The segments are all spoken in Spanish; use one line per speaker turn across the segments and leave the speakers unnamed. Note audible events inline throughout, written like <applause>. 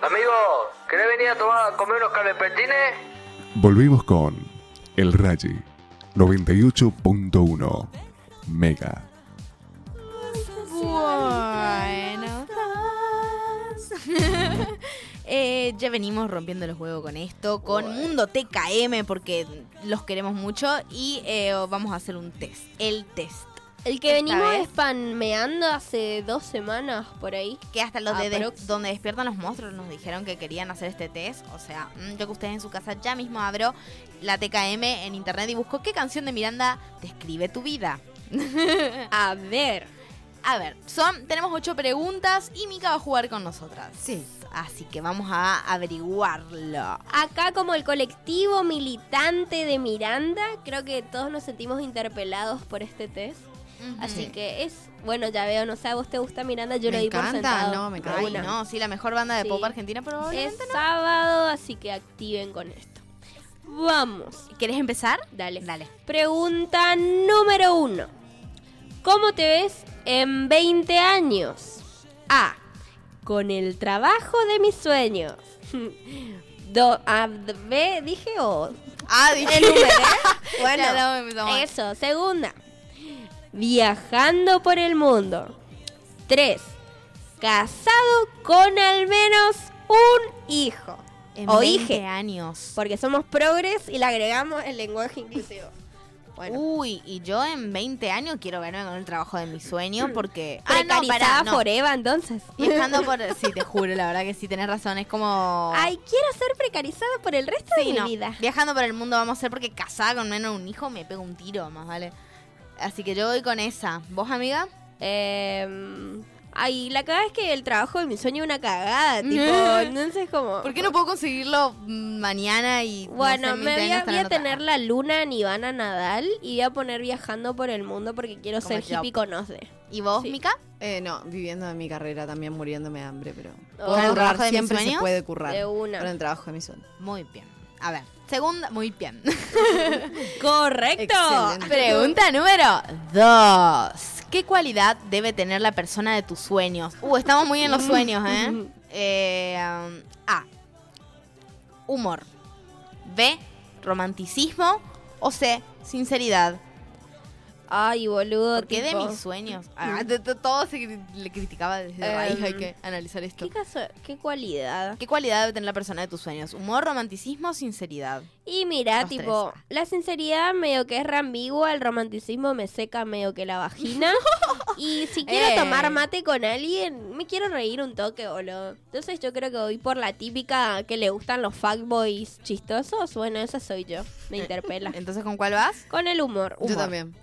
amigos, ¿querés venir a tomar, comer unos calempetines?
Volvimos con El Rayi 98.1 Mega.
Bueno. <laughs> Eh, ya venimos rompiendo los huevos con esto, con Mundo TKM, porque los queremos mucho y eh, vamos a hacer un test, el test.
El que
Esta
venimos
vez.
spammeando hace dos semanas por ahí.
Que hasta los de, de-
Aprox.
donde despiertan los monstruos nos dijeron que querían hacer este test. O sea, mm, yo que ustedes en su casa ya mismo abro la TKM en internet y busco qué canción de Miranda describe tu vida.
<laughs> A ver.
A ver, son, tenemos ocho preguntas y Mika va a jugar con nosotras.
Sí.
Así que vamos a averiguarlo.
Acá como el colectivo militante de Miranda, creo que todos nos sentimos interpelados por este test. Así
Ujú.
que es, bueno, ya veo, no sé, a vos te gusta Miranda, yo
Me
lo di por
encanta,
sentado.
no, me encanta.
De
Ay,
una.
no, sí, la mejor banda de
Sí.
pop argentina probablemente.
Es sábado, así que activen con esto. Vamos,
¿Querés empezar?
dale.
Dale.
Pregunta número uno. ¿Cómo te ves en 20 años? A. Con el trabajo de mis sueños. <laughs> Do- a- B. Dije O.
Ah, dije <laughs> el número,
<laughs> Bueno, Eso, segunda. Viajando por el mundo. 3. Casado con al menos un hijo.
En
o
20
hije.
años.
Porque somos progres y le agregamos el lenguaje inclusivo. Bueno,
Uy, y yo en 20 años quiero verme con el trabajo de mis sueños
<clears throat>
porque... Ah, no,
precarizada
pará, no.
por Eva entonces.
Viajando por... Sí, te juro, la verdad que sí, tenés razón. Es como...
<laughs> Ay, quiero ser precarizada por el resto
Sí,
de mi
no.
vida.
Viajando por el mundo vamos a ser porque casada con menos un hijo me pega un tiro, más vale. Así que yo voy con esa. ¿Vos, amiga?
Eh, ay, la cagada es que el trabajo de mi sueño es una
<laughs>
cagada, tipo, entonces como...
¿Por qué no puedo conseguirlo mm, mañana y... no
Bueno,
sé, en
me
20
voy
años
a,
estar
voy a
en otra?
tener la luna en Ivana Nadal y voy a poner viajando por el mundo porque quiero
Como
ser
yo.
hippie conoce.
¿Y vos,
Sí.
Mica?
Eh, no, viviendo de mi carrera también, muriéndome de hambre, pero.
Oh.
Puedo
¿Con el
currar,
trabajo de mis
siempre se
sueños?
puede currar.
De una.
Con el trabajo de mis sueños.
Muy bien. A ver, segunda... Muy bien. <laughs>
Correcto.
Excelente.
Pregunta número 2. ¿Qué cualidad debe tener la persona de tus sueños? Uh, estamos muy en los sueños,
<laughs>
¿eh? Eh, um, A. Humor. B. Romanticismo. O C. Sinceridad.
Ay, boludo.
¿Por qué de
tipo,
mis
<laughs>
sueños? Ah, de- de- todo se cri- le criticaba desde
Em,
raíz. Hay que analizar esto.
¿Qué, caso- qué cualidad?
¿Qué cualidad debe tener la persona de tus sueños? Humor, romanticismo, o sinceridad.
Y mira,
Los
tipo, la sinceridad medio que es reambigua, el romanticismo me seca medio que la
<laughs>
vagina. y si quiero
Eh.
tomar mate con alguien, me quiero reír un toque, boludo. Entonces yo creo que voy por la típica que le gustan los fuckboys chistosos. Bueno, esa soy yo.
<laughs>
Me interpela.
Entonces, ¿con cuál vas?
Con el humor. humor.
Yo también.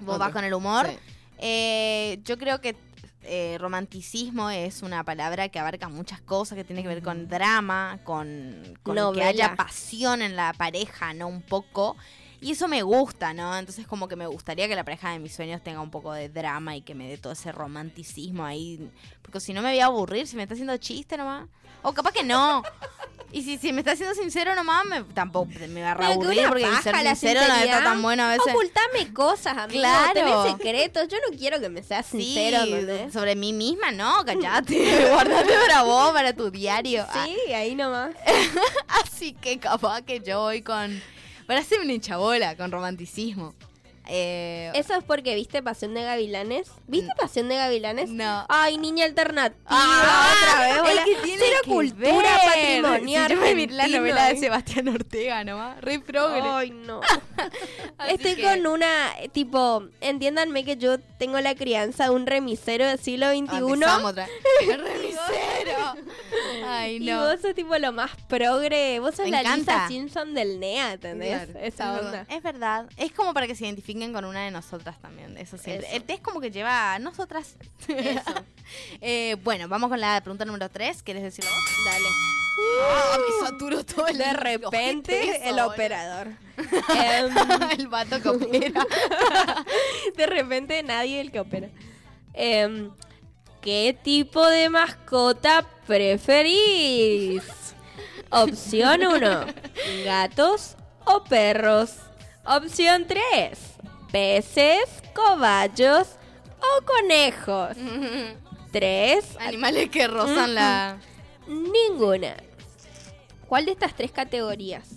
Vos
Otra.
vas con el humor.
Sí.
Eh, yo creo que eh, romanticismo es una palabra que abarca muchas cosas, que tiene que ver con drama, con, con que
Novela.
haya pasión en la pareja, ¿no? Un poco. Y eso me gusta, ¿no? Entonces como que me gustaría que la pareja de mis sueños tenga un poco de drama y que me dé todo ese romanticismo ahí. Porque si no me voy a aburrir, si me está haciendo chiste nomás. O capaz que no. Y si, si me está siendo sincero nomás, me, tampoco me va a
Pero que
reaburrir
una
porque ser
paja la
sincero no está
sinceridad. Ah,
tan bueno a veces.
Ocultame cosas, amigo.
Claro.
Tenés secretos. Yo no quiero que me seas sincero, ¿entendés?
sobre mí misma, no, <laughs> callate, guardate para vos, para tu diario. Ah,
Sí, ahí nomás.
<laughs> así que capaz que yo voy con, para ser una hinchabola, con romanticismo. Eh,
Eso es porque viste Pasión de Gavilanes. ¿Viste Pasión de Gavilanes?
Mm. no.
Ay, niña alternativa,
Ah,
otra vez.
es
hola.
que tiene
Cero
que
cultura
ver.
patrimonial.
Si yo me miré la
argentina,
novela de
eh.
Sebastián Ortega nomás, re progre. <laughs>
Ay, no. <laughs>
Así
Estoy
que-
con una, eh, tipo, entiéndanme que yo tengo la crianza de un remisero del siglo
Ah,
XXI.
empezamos otra vez. <laughs> El remisero. Ay,
Y
no.
vos sos tipo lo más progre. Vos sos
Me
la
encanta.
Lisa Simpson del NEA, ¿entendés?
Claro,
Esa
es
onda.
Verdad. Es verdad. Es como para que se identifiquen con una de nosotras también. Eso siempre.
Eso.
El test como que lleva a nosotras. <laughs> Eh, bueno, vamos con la pregunta número 3. ¿Quieres decirlo vos? <laughs>
Dale.
Ah, me saturó todo el
De repente,
ojete eso,
el
boludo.
operador. Em,
<laughs> el vato que <laughs> opera.
<laughs> de repente, nadie el que opera. Em, ¿Qué tipo de mascota preferís? Opción 1, gatos o perros. Opción 3, peces, cobayos o conejos. 3.
Animales que rozan la.
Ninguna. ¿Cuál de estas tres categorías?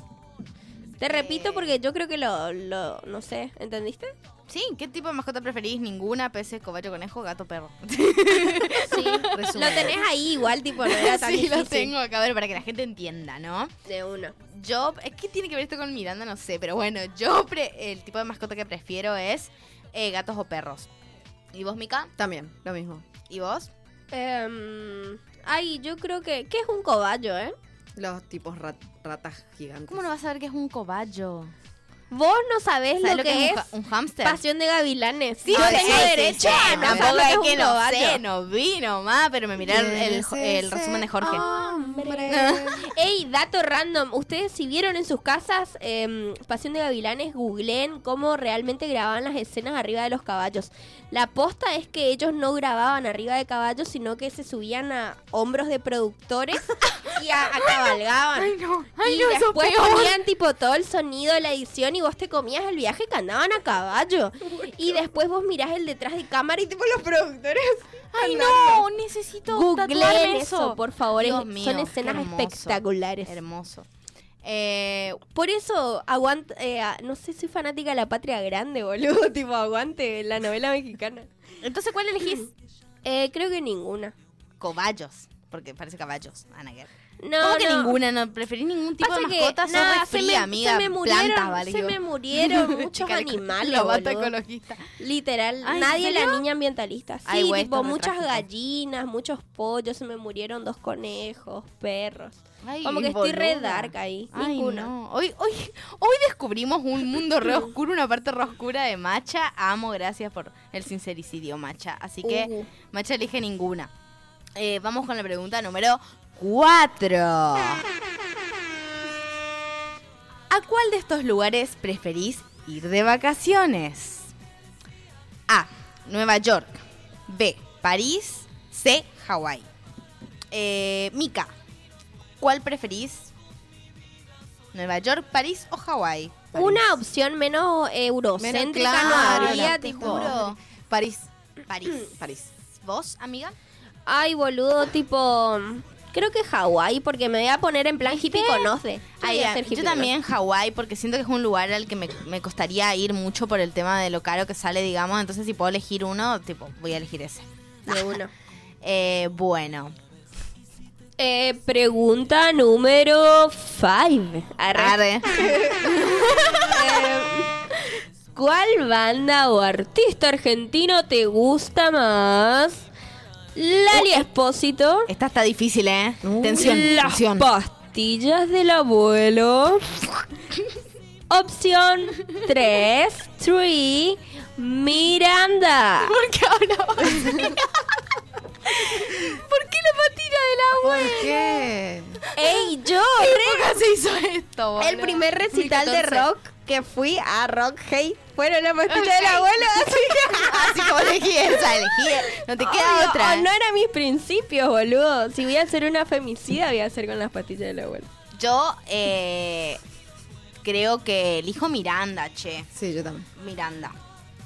Te repito porque yo creo que lo, lo no sé, ¿entendiste?
Sí, ¿qué tipo de mascota preferís? Ninguna, peces, cobayo, conejo, gato, <laughs> perro.
Sí, lo tenés ahí igual, tipo, no era
<laughs>
tan
sí, lo
difícil.
tengo acá, a ver, para que la gente entienda, ¿no?
De uno.
Yo, es que tiene que ver esto con Miranda, no sé, pero bueno, yo pre- el tipo de mascota que prefiero es eh, gatos o perros. ¿Y vos, Mica?
También, lo mismo.
¿Y vos?
Em, ay, yo creo que, que es un cobayo, ¿eh?
Los tipos rat- ratas gigantes.
¿Cómo no vas a saber que es un cobayo?
Vos no sabés
¿Sabes
lo, que, es,
un, ha- un hámster?
pasión de gavilanes.
Sí,
no
sí,
tengo
sí,
derecho
sí,
a no saber
Tampoco
lo
es
un
que no
cobayo.
sé, no vi nomás, pero me miraron el, el resumen de Jorge.
Ey, dato random. Ustedes si vieron en sus casas em, Pasión de Gavilanes, googleen cómo realmente grababan las escenas arriba de los caballos. La posta es que ellos no grababan arriba de caballos, sino que se subían a hombros
<laughs>
de productores y a, a cabalgaban. y después ponían tipo todo el sonido de la edición y vos te comías el viaje que andaban a caballo. Y después vos mirás el detrás de cámara y tipo los productores.
¡Ay, no! Necesito
Googleen
tatuarme
eso, por favor.
Dios
es-
mío,
son
qué
escenas
hermoso.
espectaculares.
Hermoso. Eh,
Por eso, aguante, no sé, soy fanática de la patria grande, <laughs> boludo. tipo, aguante la
<laughs>
novela mexicana.
Entonces, ¿cuál <clears throat> elegís?
Eh, creo que ninguna.
Cobayos. Porque parece caballos, Anager.
No,
¿Cómo que
no.
ninguna? No, preferís ningún tipo
Pasa
de
que,
mascota. Sos
nada,
re
se
fría,
me-
amiga.
Se me murieron,
plantas, vale,
se
yo. <laughs>
me murieron muchos
Chica,
animales,
La bata
boludo.
ecologista.
Literal,
Ay, Ah, ¿en
nadie la
serio?
niña ambientalista. Sí,
Ay, güey,
tipo,
esto es
muchas
retrágico.
gallinas, muchos pollos, se me murieron dos conejos, perros.
Ay,
Como que estoy re
boluda.
dark ahí.
Ay,
Ninguna.
no. Hoy, hoy, hoy descubrimos un mundo <laughs> re oscuro, una parte re oscura de Macha. Amo, gracias por el sincericidio, Macha. Así que
Uh.
Macha elige ninguna. Eh, vamos con la pregunta número 4. ¿A cuál de estos lugares preferís ir de vacaciones? A. Nueva York. B. París. C. Hawái. Eh, Mika, ¿cuál preferís? ¿Nueva York, París o Hawái?
Una opción menos eh, eurocéntrica no
claro,
habría,
te
tipo.
juro.
París.
<clears throat>
París.
París.
¿Vos, amiga?
Ay, boludo, tipo. Creo que Hawái, porque me voy a poner en plan hippie conoce.
Ay, a- yo también Hawái, porque siento que es un lugar al que me, me costaría ir mucho por el tema de lo caro que sale, digamos. Entonces, si puedo elegir uno, tipo, voy a elegir ese.
De uno.
<laughs> Eh, bueno.
Eh, pregunta número 5.
Arre.
¿Cuál banda o artista argentino te gusta más? Lali Espósito.
Esta está difícil, ¿eh? Tensión,
Las
tensión.
pastillas del abuelo. Opción 3, 3, Miranda.
¿Por qué la patilla del agua?
¿Por qué?
¡Ey, yo!
¿Por qué se hizo esto, boludo?
El primer recital de
2014.
rock que fui a Rock Hate fueron la pastilla del abuelo. Así <laughs> que.
Así como elegí esa, elegí. No te queda
Obvio,
otra.
oh, no eran mis principios, boludo. Si voy a hacer una femicida, voy a hacer con las pastillas del abuelo.
Yo eh, creo que elijo Miranda, che.
Sí, yo también.
Miranda.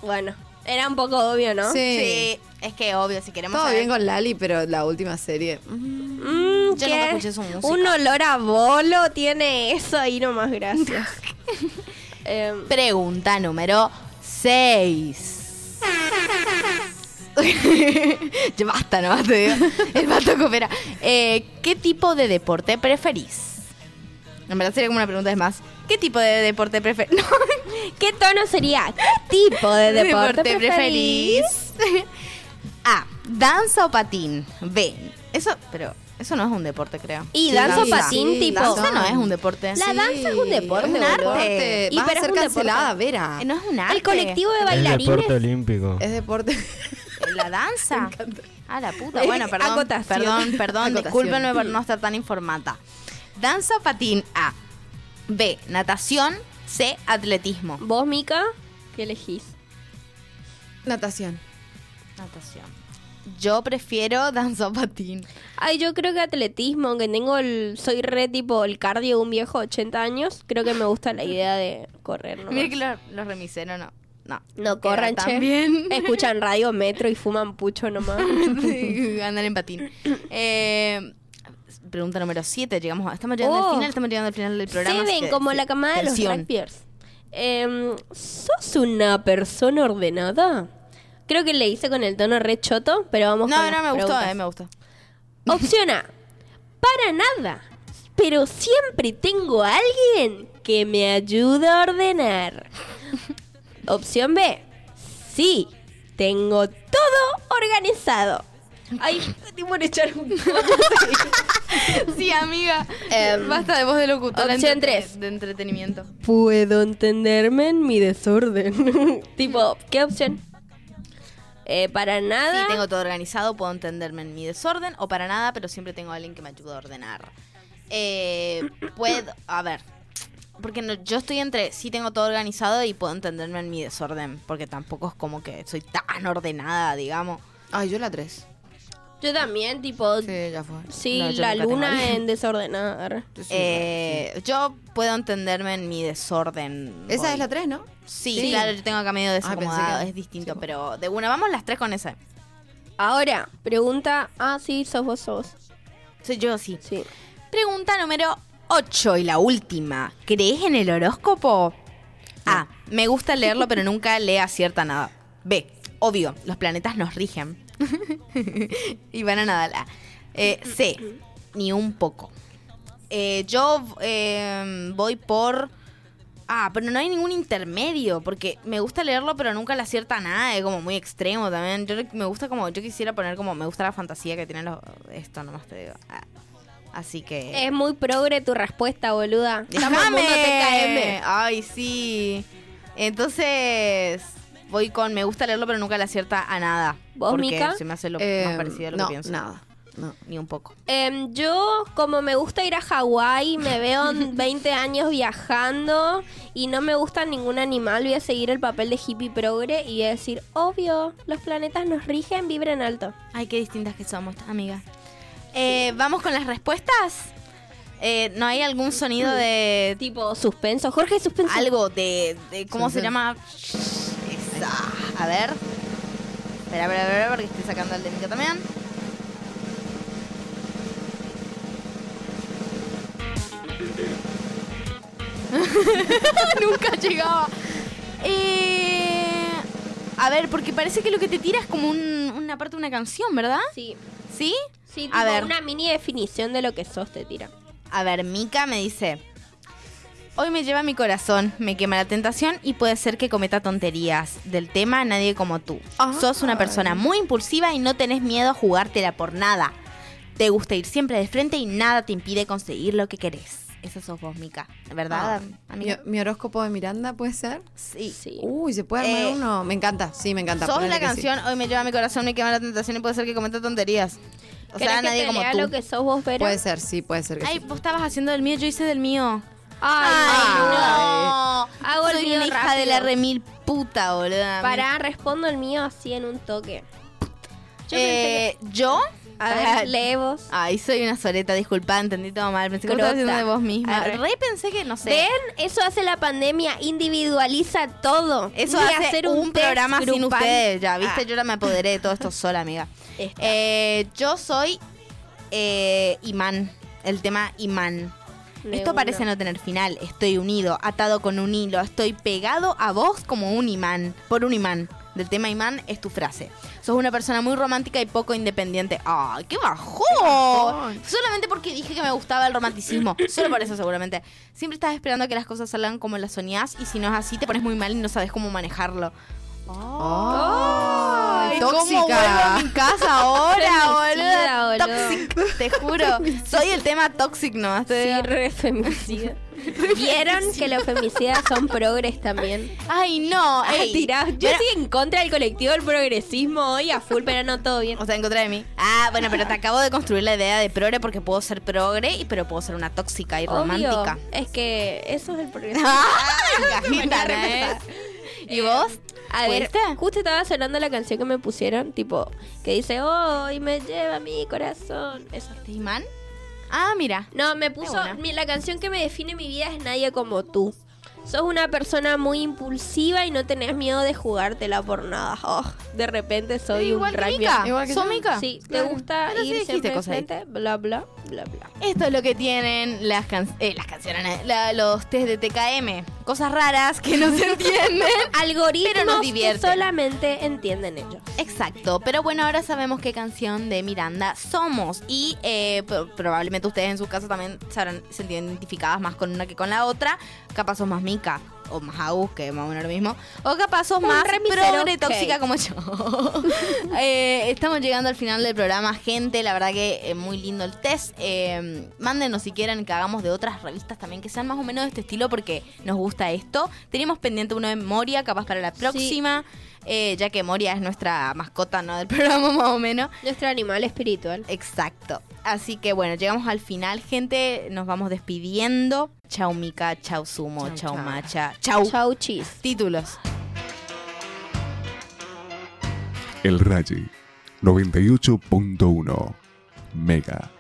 Bueno, era un poco obvio, ¿no?
Sí.
Sí, es que obvio, si queremos
Todo
saber-
bien con Lali, pero la última serie. mm,
Mm,
Yo
que
nunca escuché su música.
Un olor a bolo tiene eso ahí nomás, gracias.
<laughs>
Em,
Pregunta número 6. <laughs> ya basta, no basta. digo. El vato coopera. Eh, ¿Qué tipo de deporte preferís? En verdad sería como una pregunta es más. ¿Qué tipo de deporte preferís? <laughs>
¿Qué tono sería? ¿Qué tipo de deporte, preferís?
<laughs> A. Ah, Danza o patín. B. Eso, pero eso no es un deporte, creo.
Y
Sí,
danza o
danza.
patín,
Sí,
tipo.
danza.
Eso no es un deporte.
La danza es un deporte,
es un
boludo.
deporte.
Y
Vas
pero
a
es
ser
un
cancelada,
deporte.
Vera.
Eh, No es un arte.
El colectivo de
El deporte
bailarines.
olímpico.
<laughs>
Es deporte.
eh, La
<laughs>
danza. A la puta.
Eh,
Bueno, perdón.
acotación.
Perdón, perdón.
Acotación.
Discúlpenme por no estar tan informada. Danza o patín A. B. Natación. C. Atletismo.
Vos, Mica, ¿qué elegís?
Natación.
Natación. Yo prefiero danza o patín.
Ay, yo creo que atletismo, aunque tengo el. Soy re tipo el cardio de un viejo de 80 años. Creo que me gusta la idea de correr, ¿no?
Mira que los los remiseros no. No.
No corran,
Queda
che.
tan
<laughs>
bien. <laughs>
Escuchan radio metro y fuman pucho nomás.
Sí, andar en patín. Eh, pregunta número 7. Llegamos a- estamos llegando
Oh.
al final, estamos llegando al final del programa.
Se
así
ven
que-
como
sí,
la camada de los
tensión.
Blackbeards. Em, ¿Sos una persona ordenada? Creo que le hice con el tono re choto, pero vamos
No,
con
no,
las
me gustó,
preguntas.
eh, me gustó.
Opción A. Para nada. Pero siempre tengo a alguien que me ayuda a ordenar. Opción B. Sí. Tengo todo organizado. Ay, tipo de echar un...
<laughs> Sí, amiga.
Em,
Basta de voz de locutora.
opción
entre-
tres.
De entretenimiento.
Puedo entenderme en mi desorden. <laughs> tipo, ¿qué opción? Eh, para nada.
Sí, tengo todo organizado, puedo entenderme en mi desorden o para nada, pero siempre tengo a alguien que me ayude a ordenar. Eh, puedo, a ver, porque no- yo estoy entre, sí tengo todo organizado y puedo entenderme en mi desorden, porque tampoco es como que soy tan ordenada, digamos.
Ay, yo la 3.
Yo también, tipo, sí,
Sí, ya fue.
No, yo
la
nunca tengo
luna
alguien.
en desordenar.
Sí,
Eh, Yo puedo entenderme en mi desorden.
Esa
Voy.
es la 3, ¿no?
Sí,
Sí. Ah,
claro, yo tengo acá medio
pensé que-
desacomodado, es distinto,
sí.
pero de una, vamos las tres con esa.
Ahora, pregunta. Ah, sí, sos vos, sos. vos.
Soy yo, sí.
Sí.
Pregunta número 8 y la última. ¿Crees en el horóscopo? A. Ah, Me gusta leerlo, pero nunca le acierta nada. B. Obvio, los planetas nos rigen. <laughs> y van a nadar. A. Eh, C. Ni un poco. Eh, yo eh, voy por. Ah, pero no hay ningún intermedio, porque me gusta leerlo, pero nunca le acierta nada, es como muy extremo también. Yo me gusta como, yo quisiera poner como, me gusta la fantasía que tienen los, esto nomás te digo. Ah. Así que...
Es muy progre tu respuesta, boluda. Estamos en
¡Déjame!
mundo TKM.
Ay, sí. Entonces, voy con, me gusta leerlo, pero nunca le acierta a nada.
¿Vos,
porque
Mica?
se me hace lo
Eh,
más parecido a lo
no,
que pienso.
Nada. No.
Ni un poco.
Em, yo, como me gusta ir a Hawái, me
<laughs>
veo en 20 años viajando y no me gusta ningún animal, voy a seguir el papel de hippie progre y voy a decir, obvio, los planetas nos rigen, vibren alto.
Ay, qué distintas que somos, amiga. Eh, Vamos con las respuestas. Eh, ¿No hay algún sonido de
Tipo, suspenso. Jorge, suspenso.
algo de, de- cómo
Sí,
se
sí.
llama Esa. a ver espera espera espera porque estoy sacando el de Mica también <laughs> nunca llegaba Eh, a ver porque parece que lo que te tira es como un- una parte de una canción verdad
Sí,
sí
sí
A
tipo,
ver.
una mini definición de lo que sos te tira.
A ver, Mika me dice. Hoy me lleva mi corazón, me quema la tentación y puede ser que cometa tonterías. Del tema, nadie como tú.
Ah.
Sos una persona muy impulsiva y no tenés miedo a jugártela por nada. Te gusta ir siempre de frente y nada te impide conseguir lo que querés. Esa sos vos, Mika. ¿Verdad,
Ah, mi,
amiga?
mi horóscopo de Miranda puede ser.
Sí.
Sí.
Uy, se puede armar
Eh,
uno. Me encanta, sí, me encanta.
Sos
ponele
la
que sí.
canción Hoy me lleva mi corazón, me quema la tentación y puede ser que cometa tonterías. O
¿Querés
sea,
que
nadie
te
como
lea
tú. Pues,
lo que sos vos, Vero?
Puede ser, sí, puede ser que
Ay,
sí.
vos estabas haciendo del mío, yo hice del mío.
Ay,
no.
Hago el
Soy
mío
una hija
rápido.
de la remil puta, boludo.
Pará, respondo el mío así en un toque. Yo
Eh, ¿Yo?
pensé que... A ver, lee vos.
Ay, soy una soreta, disculpa, entendí todo mal. Pensé que lo
Crota.
estabas haciendo de vos misma.
Arre.
Re pensé que, no sé.
¿Ven? Eso hace la pandemia, individualiza todo.
Eso
Voy a
hace
hacer
un,
test
programa sin
grupal.
ustedes ya, ¿viste?
Ah,
Yo ahora me apoderé de todo esto sola, amiga.
Está.
Eh, yo soy eh, imán, el tema imán.
de
Esto
uno.
parece no tener final. Estoy unido, atado con un hilo. Estoy pegado a vos como un imán. Por un imán. Del tema imán es tu frase. Sos una persona muy romántica y poco independiente. ¡Ay, qué bajón! Solamente porque dije que me gustaba el <coughs> romanticismo. Solo por eso, seguramente. Siempre estás esperando a que las cosas salgan como las soñás y si no es así, te pones muy mal y no sabes cómo manejarlo.
Ay,
Ay, ¿Cómo vuelvo a
tóxica.
mi casa <laughs> ahora,
Femicida,
boludo?
boludo.
Toxic, te <laughs> juro. Soy el tema toxic, ¿no? Te digo.
Sí, re
<laughs>
femicida. Vieron que los femicidas son progres también.
Ay, no.
Ah,
ey.
tirá. Yo
Pero-
estoy en contra del colectivo del progresismo hoy a full, pero no todo bien.
O sea, en contra de mí. Ah, bueno,
<laughs>
pero te acabo de construir la idea de progre porque puedo ser progre, y- pero puedo ser una tóxica y
Obvio.
romántica.
<laughs>
Ah,
Es que eso es el
<laughs>
progresismo.
¡Ay, gajita,
Buena
¿no es?
respuesta.
¿eh? ¿Y vos?
A ver,
¿Fuiste?
justo estaba sonando la canción que me pusieron, tipo, que dice, hoy me lleva mi corazón. Eso.
¿Este imán? Ah, mira.
No, me puso.
buena.
mi- la canción que me define mi vida es Nadie como tú. Sos una persona muy impulsiva y no tenés miedo de jugártela por nada. Oh, de repente soy un
Igual que
rugby.
Mica.
Igual que
¿Sos
yo.
Mica?
Sí, te
Claro.
gusta
Pero sí
ir
dijiste
siempre de
cosas ahí.
frente, bla bla. bla, bla.
Esto es lo que tienen las, can- eh, las canciones, la- los test de TKM. Cosas raras que
<laughs>
no se entienden.
Algoritmos
nos
que
divierten.
solamente entienden ellos.
Exacto, pero bueno, ahora sabemos qué canción de Miranda somos y eh, pro- probablemente ustedes en su casa también se habrán sentido identificadas más con una que con la otra. Capaz sos más mica o más agus, que es más o menos lo mismo. O capaz sos
Un
más
remisero
progre
gay.
tóxica como yo. <laughs> Eh, estamos llegando al final del programa, gente. La verdad que eh, muy lindo el test. Eh, mándenos si quieren que hagamos de otras revistas también que sean más o menos de este estilo porque nos gusta esto. Teníamos pendiente uno de Moria, capaz para la próxima. eh, ya que Moria es nuestra mascota ¿no? del <laughs> programa más o menos.
Nuestro animal espiritual.
Exacto. Así que bueno, llegamos al final, gente. Nos vamos despidiendo. Chau Mica, chau Sumo, chau,
Chau, chau.
Macha, chau.
Chau, chis.
Títulos.
El Raggi 98.1 Mega.